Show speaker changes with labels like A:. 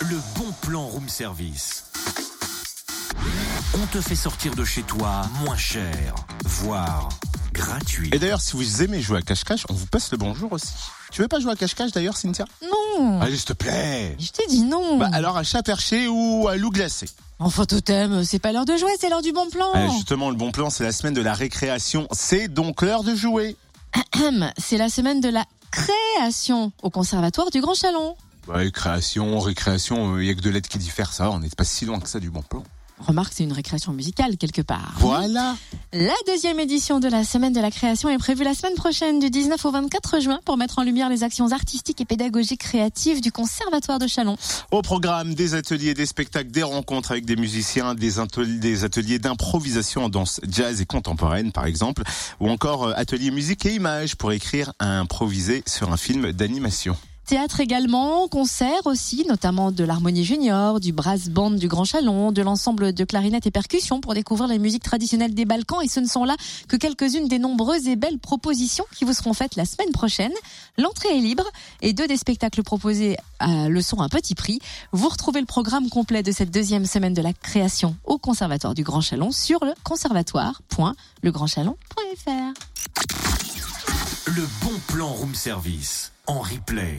A: le bon plan room service. On te fait sortir de chez toi moins cher, voire gratuit.
B: Et d'ailleurs, si vous aimez jouer à cache-cache, on vous passe le bonjour aussi. Tu veux pas jouer à cache-cache d'ailleurs, Cynthia
C: Non
B: Allez, s'il te plaît
C: Je t'ai dit non
B: Bah alors à chat perché ou à loup glacé
C: Enfin totem, c'est pas l'heure de jouer, c'est l'heure du bon plan
B: Ah, Justement, le bon plan, c'est la semaine de la récréation. C'est donc l'heure de jouer
C: Ahem, C'est la semaine de la création au Conservatoire du Grand Chalon.
B: Ouais, création, Bah, récréation, il n'y a que de l'aide qui diffère, ça. On n'est pas si loin que ça du bon plan.
C: Remarque, c'est une récréation musicale quelque part.
B: Voilà
C: La deuxième édition de la Semaine de la Création est prévue la semaine prochaine du 19 au 24 juin pour mettre en lumière les actions artistiques et pédagogiques créatives du Conservatoire de Chalon.
B: Au programme, des ateliers, des spectacles, des rencontres avec des musiciens, des, atel- des ateliers d'improvisation en danse jazz et contemporaine, par exemple, ou encore euh, ateliers musique et images pour écrire à improviser sur un film d'animation.
C: Théâtre également, concerts aussi, notamment de l'Harmonie Junior, du Brass Band du Grand Chalon, de l'ensemble de clarinettes et percussions pour découvrir les musiques traditionnelles des Balkans. Et ce ne sont là que quelques-unes des nombreuses et belles propositions qui vous seront faites la semaine prochaine. L'entrée est libre et deux des spectacles proposés euh, le sont à petit prix. Vous retrouvez le programme complet de cette deuxième semaine de la création au Conservatoire du Grand Chalon sur le conservatoire.legrandchalon.fr.
A: Le bon plan room service en replay.